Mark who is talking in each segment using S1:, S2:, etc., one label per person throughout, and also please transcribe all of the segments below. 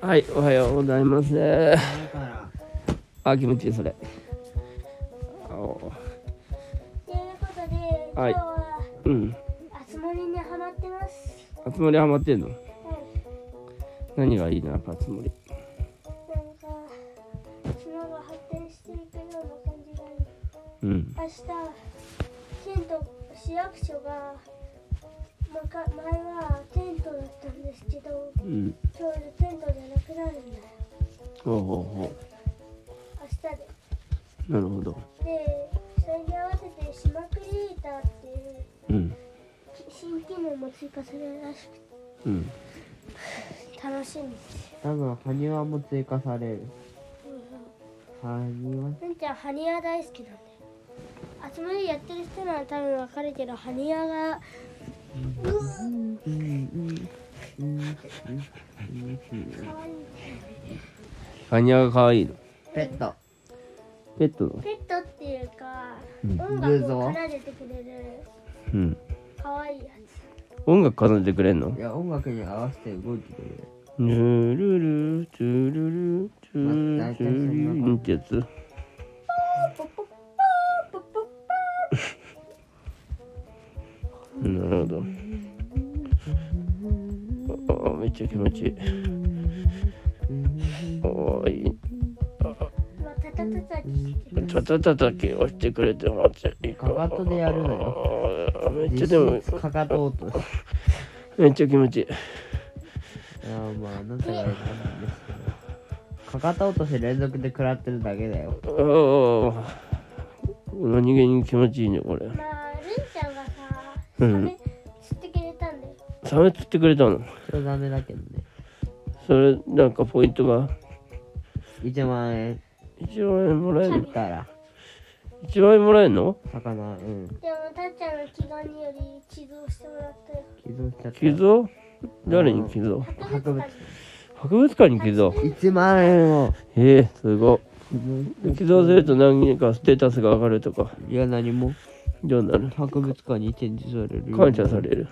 S1: はい、おはようございます。あ、気持ちいい、それ。あお
S2: ということで、
S1: は
S2: 今日
S1: い
S2: は
S1: うん。
S2: あつ森にハマってます。
S1: あつ森ハマってんの
S2: はい、
S1: 何がいいな、あつ森。
S2: なんか角が発展していくような感じがいい。
S1: うん。
S2: 明日県と市役所が、まか前はテントだったんですけど、
S1: うん。
S2: 今日でテントじゃなくなるんだよ。
S1: ほうほ
S2: 明日で。
S1: うほう。なるほど。
S2: で、それに合わせて島クリエイターっていう
S1: うん。
S2: き新機能も追加されるらしく
S1: うん。
S2: て楽しみです。
S3: 多分埴輪も追加される
S2: うん
S3: 埴輪
S2: なんちゃんハニヤ大好きなんだよ。あつ森やってる人なら多分わかるけど、ハニヤが可愛い。
S1: カニャが可愛いの。
S3: ペット
S1: ペットの。
S2: ペットっていうか、
S1: うん
S2: 音楽を奏でてくれる
S1: うん。
S2: 可愛いや
S1: 音楽奏でてくれんの
S3: いや音楽に合わせて動いてくれる
S1: ルールルトゥルルトゥルトゥルリンってやつ
S2: つ。ポッポッポーポッポッ
S1: なるほどああめっちゃ気持ちいいおーいい
S2: まあ、タタタタ聞いてる。
S1: たたたたきをしてくれてもらっていい
S3: かかとでやるのよ
S1: あーめっちゃ
S3: 実
S1: でも
S3: 質かか と落とし
S1: めっちゃ気持ちいい
S3: いやまああなたがやるんですけどかかと落とし連続で食らってるだけだよ
S1: ああ何気に気持ちいいねこれ
S2: まあ、るんちゃんがさ、
S1: う
S2: サ
S1: ん
S2: メ釣ってくれたんだよ。
S1: サメ釣ってくれたの
S3: それダメだけどね
S1: それなんかポイントが
S3: 1万円
S1: 1万円もらえ
S3: 切
S1: る
S3: ったら
S1: 1万円もらえるの
S3: 魚うん
S2: でも、たっちゃんの祈願により寄贈してもらったよ。
S3: 寄贈しちゃった
S1: 寄贈誰に寄贈
S2: 博物館
S1: 博物館に寄贈
S3: 1万円を
S1: ええすご
S3: 寄贈
S1: い寄贈すると何かステータスが上がるとか
S3: いや何も
S1: どうなる
S3: 博物館に展示される
S1: 感謝される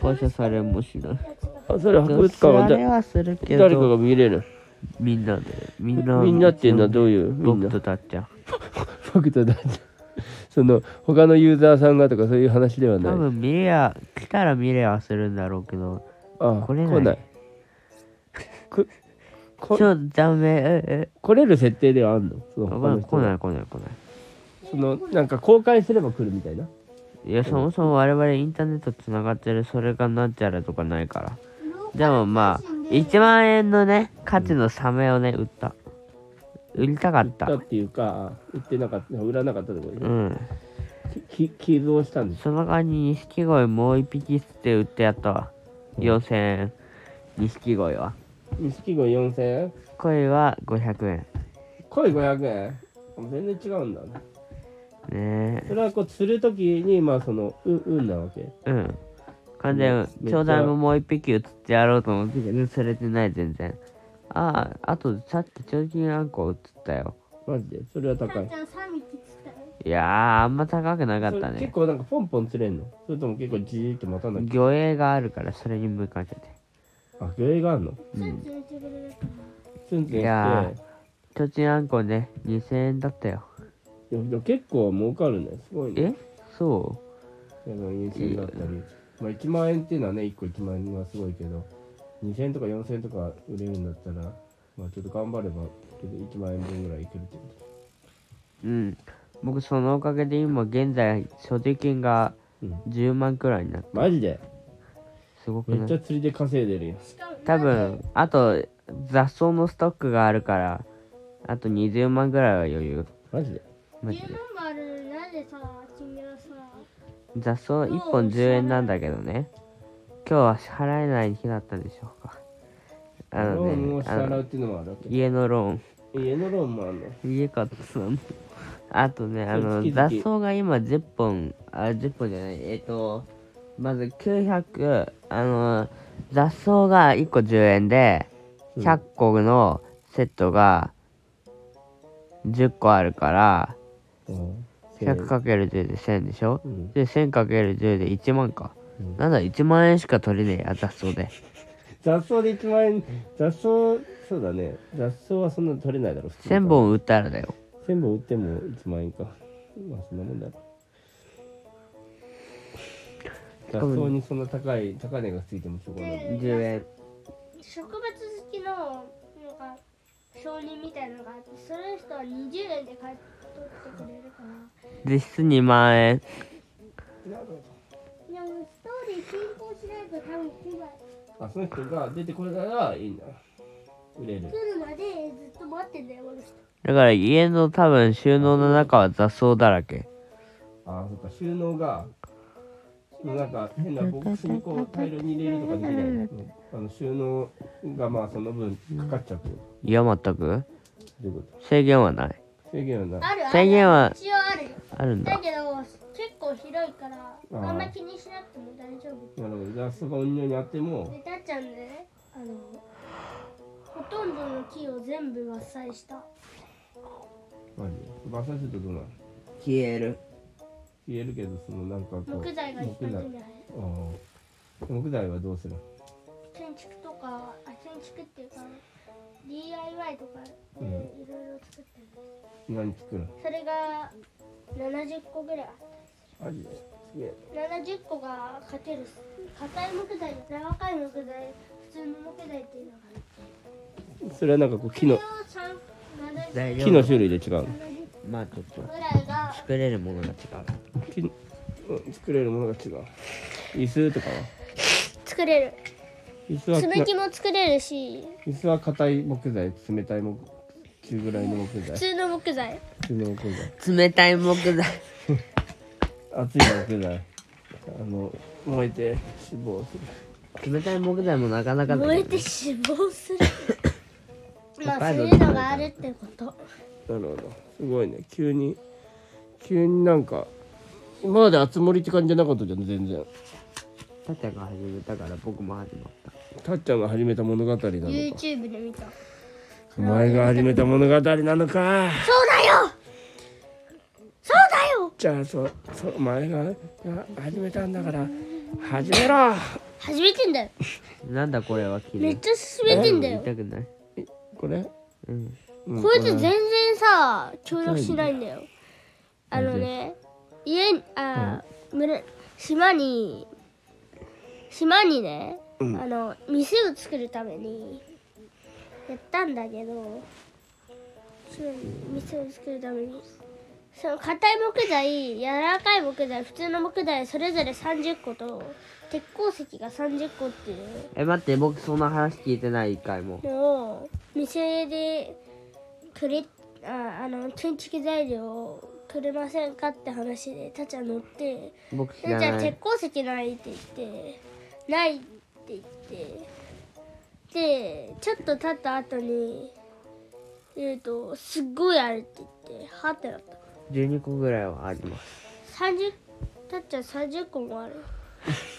S3: 感謝されもしない
S2: やつが。
S1: あそれ博物館は
S3: それ
S1: だ
S3: はするけど
S1: 誰かが見れる
S3: みんなでみんな
S1: みんなっていうのはどういうみん
S3: 僕
S1: な
S3: とたっちゃん
S1: 僕とだって その他のユーザーさんがとかそういう話ではな
S3: 多
S1: い
S3: 分見れや来たら見れやするんだろうけど
S1: あ
S3: 来れない
S1: 来ないくこ
S3: ちょっとダメえ
S1: 来れる設定ではあんのその
S3: えあ
S1: 他
S3: まあ
S1: の人
S3: 来
S1: は
S3: ない来ない来ない
S1: そのなんか公開すれば来るみたいない
S3: やそもそも我々インターネットつながってるそれがなんちゃらとかないからでもまあ1万円のね価値のサメをね売った売りたかった
S1: だっていうか売ってなかった売らなかったとこ
S3: う
S1: ろ
S3: ん
S1: きき寄贈したんです
S3: その間に錦鯉もう一匹釣って売ってやったわ4000円錦鯉は
S1: 錦鯉4000円
S3: 鯉は500円
S1: 鯉500円全然違うんだね
S3: ね
S1: それはこう釣るときにまあそのう運なわけ
S3: えうん完全
S1: めっちゃ
S3: ちょうだいももう一匹釣ってやろうと思ってたけど釣れてない全然あああとさっき長金あんこ釣ったよ
S1: マジでそれは
S2: た
S1: 高
S2: っ
S1: い
S2: ちゃん3匹釣ったよ。
S3: いやーあんま高くなかった
S1: それ結
S3: ね
S1: 構なんかポンポン釣れんのそれとも結構じーっと待たなき
S3: 魚影があるからそれに向かってて
S1: ゃあ魚影があんの
S2: ツンツンしてくれるから。
S1: ツンツンして
S3: いや長金あんこね2000円だったよ
S1: でもでも結構儲かるねすごいね
S3: えそ
S1: あの優先だったり、まあ、1万円っていうのはね1個1万円はすごいけど2000円とか4000円とか売れるんだったらまあちょっと頑張ればけど1万円分ぐらいいけるってこ
S3: ううん僕そのおかげで今現在所持金が
S1: とうん
S3: 10万くらいになった
S1: マジです
S3: ごく
S1: めっ
S3: な
S1: ちゃ
S3: い
S1: 釣りで稼いでるやん
S2: しかも
S3: 多分あと雑草のストックがあるからあと20万くらいは余裕
S1: マジで
S3: マジで
S2: 10万もあるのになんでさ君はさ
S3: 雑草1本10円なんだけどね今日は支払えない日だったでしょうかあ
S1: ロー
S3: の
S1: ンを
S3: ね
S1: 支
S3: あ
S1: 払う
S3: の
S1: っていうのもあるわけ
S3: 家のロ
S1: 家のローンもあるの
S3: ーン家買ったのあとねあ
S1: そ
S3: の
S1: れ月々
S3: 雑草が今10本あ10本じゃないえっ、とまず900あの雑草が1個10円で
S1: うん
S3: 100個のセットが10個あるから
S1: うん
S3: 100×10 で1000でしょ
S1: うん
S3: で 1000×10 で1万か
S1: うん
S3: なんだ1万円しか取れねえや雑草で
S1: 雑草で1万円雑草そうだね雑草はそんな取れないだろ普通
S3: 1000本売ったらだよ
S1: 1000本売っても1万円かまあそんなもんだろ雑草にそんな高い高値がついてもしょうがない
S3: 10円
S2: 植物好きのなんか商人みたいなのがあってその人は20円で買い取ってくれるから
S3: 実質2万円
S2: でもストーリー進行しないと多分被害
S1: あその人が出てこれたらいいんだ売れる
S2: 来るまでずっと待ってんだよこの人
S3: だから家の多分収納の中は雑草だらけ
S1: あそっか収納がなんか変なボックスにこう大量に入れるとかできないのあの収納がまあその分かかっちゃうってこ
S3: いや全く
S1: とどういうこ
S3: 制限はない
S1: と制限はない
S2: あるある
S3: 制限は
S2: 一応あるよ
S3: あるん
S2: だ
S3: だ
S2: けど結構広いから
S1: あー
S2: あんま気にしなくても大丈夫
S1: なるほど雑草がお庭にあっても
S2: でたっちゃんねあのほとんどの木を全部伐採した
S1: マジ馬刺しとどうなの
S3: 消える
S1: 言えるけどそのなんかこう
S2: 木材がいっぱい手
S1: 木
S2: に入
S1: 材
S2: る
S1: ああ木材はどうする
S2: 建築とかあ建築っていうか DIY とかで
S1: う
S2: い
S1: ん
S2: ろいろ作ってる、
S1: 何作るの
S2: それが70個ぐらいあっ
S1: マジですげえ
S2: た70個がかける硬い木材柔らかい木材普通の木材っていうのがある
S1: それはなんかこう木の
S2: それを3 70
S3: 大
S1: 木の種類で違うの
S3: まあちょっと
S2: ぐらいが
S3: 作れるものが違う
S1: 木のうん作れるものが違う椅子とかは
S2: 作れる
S1: 椅子は
S2: 爪木も作れるし
S1: 椅子は硬い木材冷たい木中ぐらいの木材
S2: 普通の木材
S1: 普通の木材
S3: 冷たい木材
S1: 熱い木材あの燃えて死亡する
S3: 冷たい木材もなかなかだけど
S2: 燃えて死亡するまあ
S3: 北海
S2: そう
S3: 道
S2: いうのがあるってこと
S1: なるほどすごいね急に急になんか今まで熱盛って感じじゃなかったじゃん全然
S3: タタが始めたから僕も始まった
S1: たっちゃんが始めた物語なのか
S2: YouTube で見た
S1: お前が始めた物語なのか
S2: そうだよそうだよ
S1: じゃあそそお前がが始めたんだから始めろ
S2: 始めてんだよ
S3: なんだこれは切
S2: め
S3: る
S2: っちゃ進めてんだよ
S3: 痛くない
S1: これ、
S3: うん
S1: うん
S2: こいつ
S1: れ
S2: 全然さ協力しないんだよあのね家にあー村島に島にねあ
S1: うん
S2: の店を作るためにやったんだけどその店を作るためにその硬い木材柔らかい木材普通の木材それぞれ30個と鉄鉱石が30個っていう
S3: え待って僕そんな話聞いてない一回も
S2: のを店でくれああの建築材料をくれませんかって話でタチャ乗って
S3: 僕知
S2: タ
S3: ら
S2: チャ
S3: な
S2: 鉄
S3: い
S2: 鉱石ないって言ってないって言ってでちょっと経った後に言うとすっごいあるって言ってはってなった
S3: 12個ぐらいはあります
S2: 30タッチャ30個もある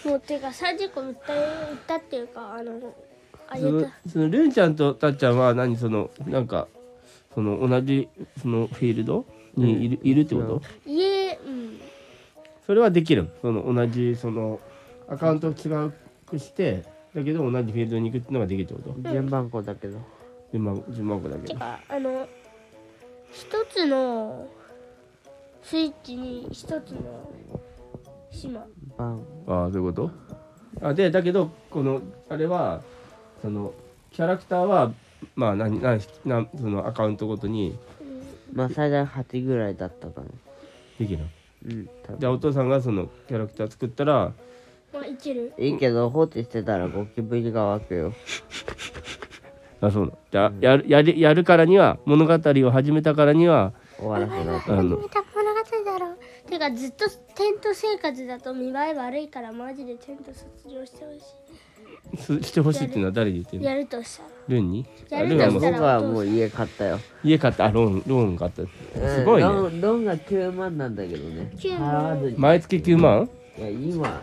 S2: もうてか30個売ったよ売ったっていうかあのあ
S1: そ
S2: げ
S1: の
S2: た
S1: そのルンちゃんとたっちゃんは何そのなんかその同じそのフィールドにいる,、いるってこと、
S3: うん
S2: 家うん
S1: それはできるその同じそのアカウントを違うくしてだけど同じフィールドに行くっていうのができるってこと
S3: 順番個だけど
S1: 10万 ,10 万個だけ
S2: て
S1: ど
S2: かあの一つのスイッチに一つの島
S3: 番
S1: ああそういうことあでだけどこのあれはそのキャラクターはまあ何何何そのアカウントごとに
S3: まあ最大8ぐらいだったかな
S1: できる
S3: うん多
S1: じ
S3: 分
S1: ゃあお父さんがそのキャラクター作ったら
S2: まあ生きる
S3: いいけど放置してたらゴキブリが湧くよ
S1: あそうだじゃあ、やるやるやるからには物語を始めたからには
S3: 終わらせない
S1: あの
S2: 見た物語だろうてかずっとテント生活だと見栄え悪いからマジでテント卒業してほし
S1: すしてほしいっていうのは誰に言って
S2: い
S1: るの
S2: やるとしたら
S1: ルンにあ
S2: やる
S1: ルン
S2: と
S1: は
S2: し
S1: も
S2: た
S1: う
S2: ら
S3: 僕はもう家買ったよ
S1: 家買ったあローンローン買ったすごい
S3: うんロ
S1: ね
S3: ンロンが9万なんだけどね
S2: 9
S3: 払わずに
S1: 毎月9万
S3: いや今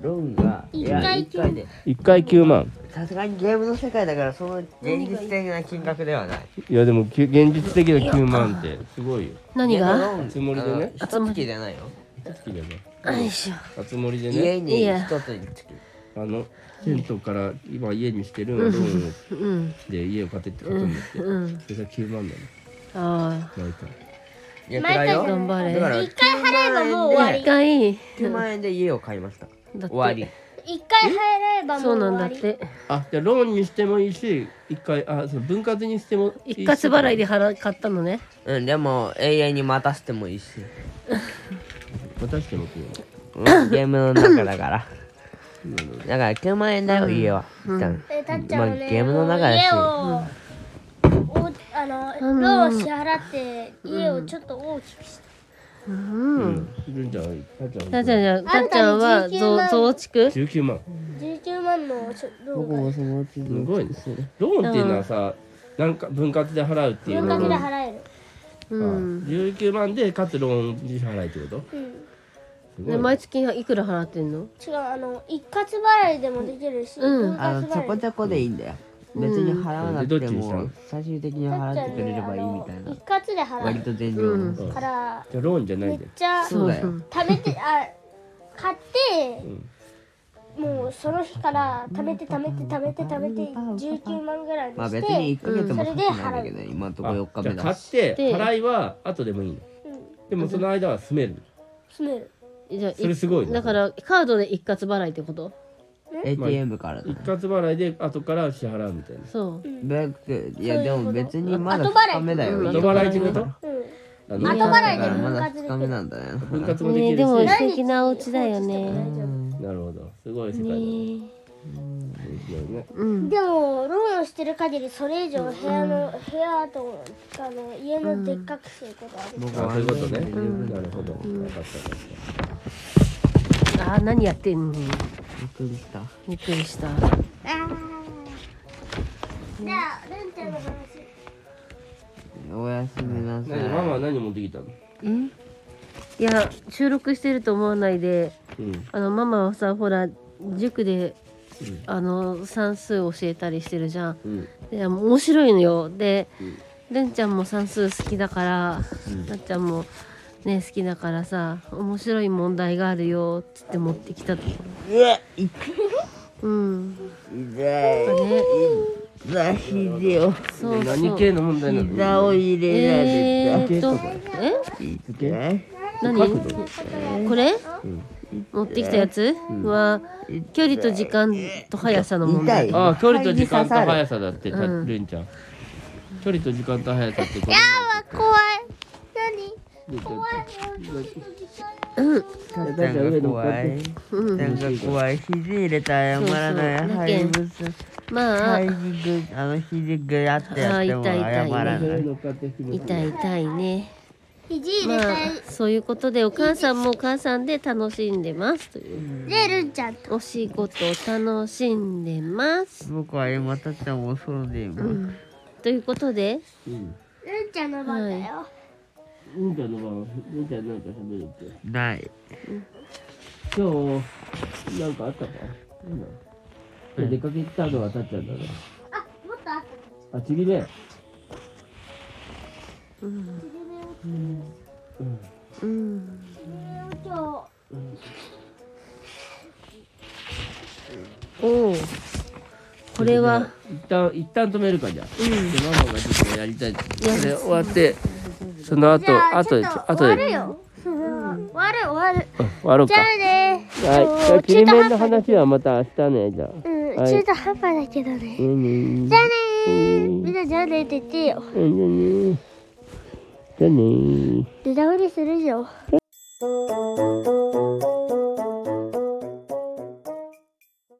S3: ロンがいや
S2: 一回
S3: 一回で
S1: 1回9万
S3: さすがにゲームの世界だからその現実的な金額ではない
S1: いやでもきゅ現実的な9万ってすごいよ
S4: 何が
S1: つもりでね
S4: あつもり
S3: 月じゃないよ
S1: 好きだよね
S4: よいしょ
S1: あつ森でね
S3: 家に一つにつき
S1: あの銭湯から今家にしてるローンを
S4: うん
S1: で家を買ってって買ったんだって
S4: うん
S1: それが9万だね
S4: あ
S1: 毎回
S3: いや暗いよ
S4: あ頑張
S3: だか
S4: れ
S3: ら
S2: 一回払えばもう終わり
S4: 一回
S3: 9万円で家を買いました
S4: だって
S3: 終わり
S2: 一回払えばも
S4: そうう
S2: 終
S4: なんだ
S2: わ
S4: っ
S2: り
S4: て
S1: あじゃあローンにしてもいいし一回あそう分割にしてもいいし
S4: 一括払いで払買ったのね
S3: うんでも永遠に待たせてもいいし、
S1: 渡しても9万
S3: うん、ゲームの中だからだから9万円だよ家は、一旦
S2: えたっちゃんはね、
S3: まあゲームの中だし
S2: 家を、おあのローンを支払って家をちょっと大きくして、
S1: うん純ちゃんはたっちゃん
S4: た
S1: は
S4: っちゃんじゃたっちゃんは増増築
S1: 19万
S2: 19万のローンが
S1: すごいねローンっていうのはさなんか分割で払うっていう
S2: 分
S1: の
S2: 割で
S1: が
S2: 払える、
S4: うん
S1: 19万でかつローン支払いってこと
S2: うん、
S1: すごい
S4: で
S1: ね
S4: 毎月いくら払ってんの
S2: 違うあの一括払いでもできるし、
S4: うん
S2: 分
S3: あ
S2: 割
S3: のちょこ
S2: 払い
S3: ちょこでいいんだよ、別に払わなくて
S1: でどっちにした
S3: も
S1: の
S3: 最終的に
S2: たっちゃ
S3: 払っ
S2: ん
S3: てくれ
S2: ね
S3: れ
S2: あ
S3: ばいいみ
S2: の
S3: たいな
S2: 一括で
S3: 割
S2: 払
S3: と全然、
S4: うん
S1: う
S2: うんから
S1: じゃあローンじゃない
S2: めっ
S1: んだよ
S2: ちゃ
S3: そうだよ
S2: 貯めてあ買って
S1: ん、
S2: もうその日から貯めて貯めて貯めて貯めて19万ぐらいに
S3: まあ
S2: して、
S3: 別に1ヶ月も経
S2: それ
S3: っ
S2: で
S3: てないん
S2: 払
S3: だ
S2: う
S3: けどね今のとこ
S1: あ
S3: ろ4日
S1: じゃ
S3: 目
S1: あ買
S3: だ
S1: っ
S3: して
S4: で
S1: 払いは後でもいいの
S2: うん
S1: でもその間は住める
S2: 住める
S4: じゃあい
S1: それすごいね
S4: だからカードで一括払いってこと
S3: ATM からだ
S1: 一
S3: ね
S1: 括払いで後から支払うみたいな
S4: そう
S3: 別いやでも別にまだ
S2: 後払い
S3: 2日目だよ
S1: 後払いってこ
S3: だ
S1: と
S2: うん
S1: あ
S2: 後
S1: の
S2: 払い
S3: か
S2: で
S3: らま
S2: 分
S3: だ
S2: 割でき
S3: 2日
S2: る
S3: 目なんだよ
S1: 分割もでき
S4: ね
S1: る
S4: で
S1: し
S4: も素
S2: ね
S4: 敵なお家だよね。
S1: なるほどすごい世界だね
S4: ね
S1: いいよね
S4: うん。
S2: でもローンをしてる限りそれ以上部屋の、部屋とかの家のでっかくすることはできない、
S1: あそういうことねなるほど分かった分かった
S4: あー何やってんの。
S3: びっくりした
S4: びっくりした。
S2: あーじゃあルンちゃんの話
S3: おやすみなさい
S1: 何ママは何持ってきたの
S4: え？いや収録してると思わないで、
S1: うん
S4: あのママはさほら塾で。あの算数教えたりしてるじゃん。
S1: うん
S4: で面白いのよ。で、るんちゃんも算数好きだから、なっちゃんもね好きだからさ面白い問題があるよっつって持ってきたとこ
S3: うわ痛い
S4: ろ。うん。
S3: 痛い
S4: ね。
S3: ザヒデを
S4: そうそう。
S1: 何系の問題なの
S3: 膝を入れら
S4: え
S3: れ
S4: ー、っと、え
S3: た痛い
S4: 何これ、持ってきたやつ、は、距離と時間と速さの問
S3: 痛
S4: 題。
S3: い
S1: ああ距離と時間と
S3: 針に刺
S1: 速さだってた
S4: うん
S1: るんちゃん距離と時間と速さってこれ
S2: 怖い何怖い
S3: さる痛いが怖いなんか怖い肘入れたら謝らない
S4: そうそ
S3: 肺
S4: う
S3: 部さ
S4: まあ、
S3: 肺にグあの肘グやってやっても謝らない
S4: 痛い痛いね。
S2: 肘入
S4: ま
S2: れ
S4: あ
S2: た、
S4: そういうことでお母さんもお母さんで楽しんでますという。
S2: でルンちゃんと
S4: お仕事楽しんでます。
S3: 僕は今たっちゃんを恐んでいます
S4: ということで、
S2: ルンちゃんの番だよ、
S1: うんちゃんの番るんちゃんなんか喋るって
S3: ない
S1: 今日なんかあったかなんだ今日出かけたのはたっちゃんだね
S2: あもっとあっ
S1: あちぎれ
S4: うん、
S2: た今
S4: おお、これは、
S1: 一旦一旦止めるかじゃあ、でママがちょっとやりたいそれ終わってその
S2: 日
S1: 後
S2: じゃあ
S1: 後で
S2: ちょっと
S1: 後
S2: 終わる
S1: で
S2: よ、終わる終わる
S1: うん終わろう
S2: じ
S1: か
S2: ゃ
S1: は
S2: あね
S1: いじゃあちりめんの話はまた明日ねじゃあ
S2: うん、
S1: はい
S2: 中途半端だけどね、
S1: うんうん
S2: じゃあねーみんなじゃあねーって言ってよ
S1: うんうんうんじゃあねー
S2: 寝倒れするよ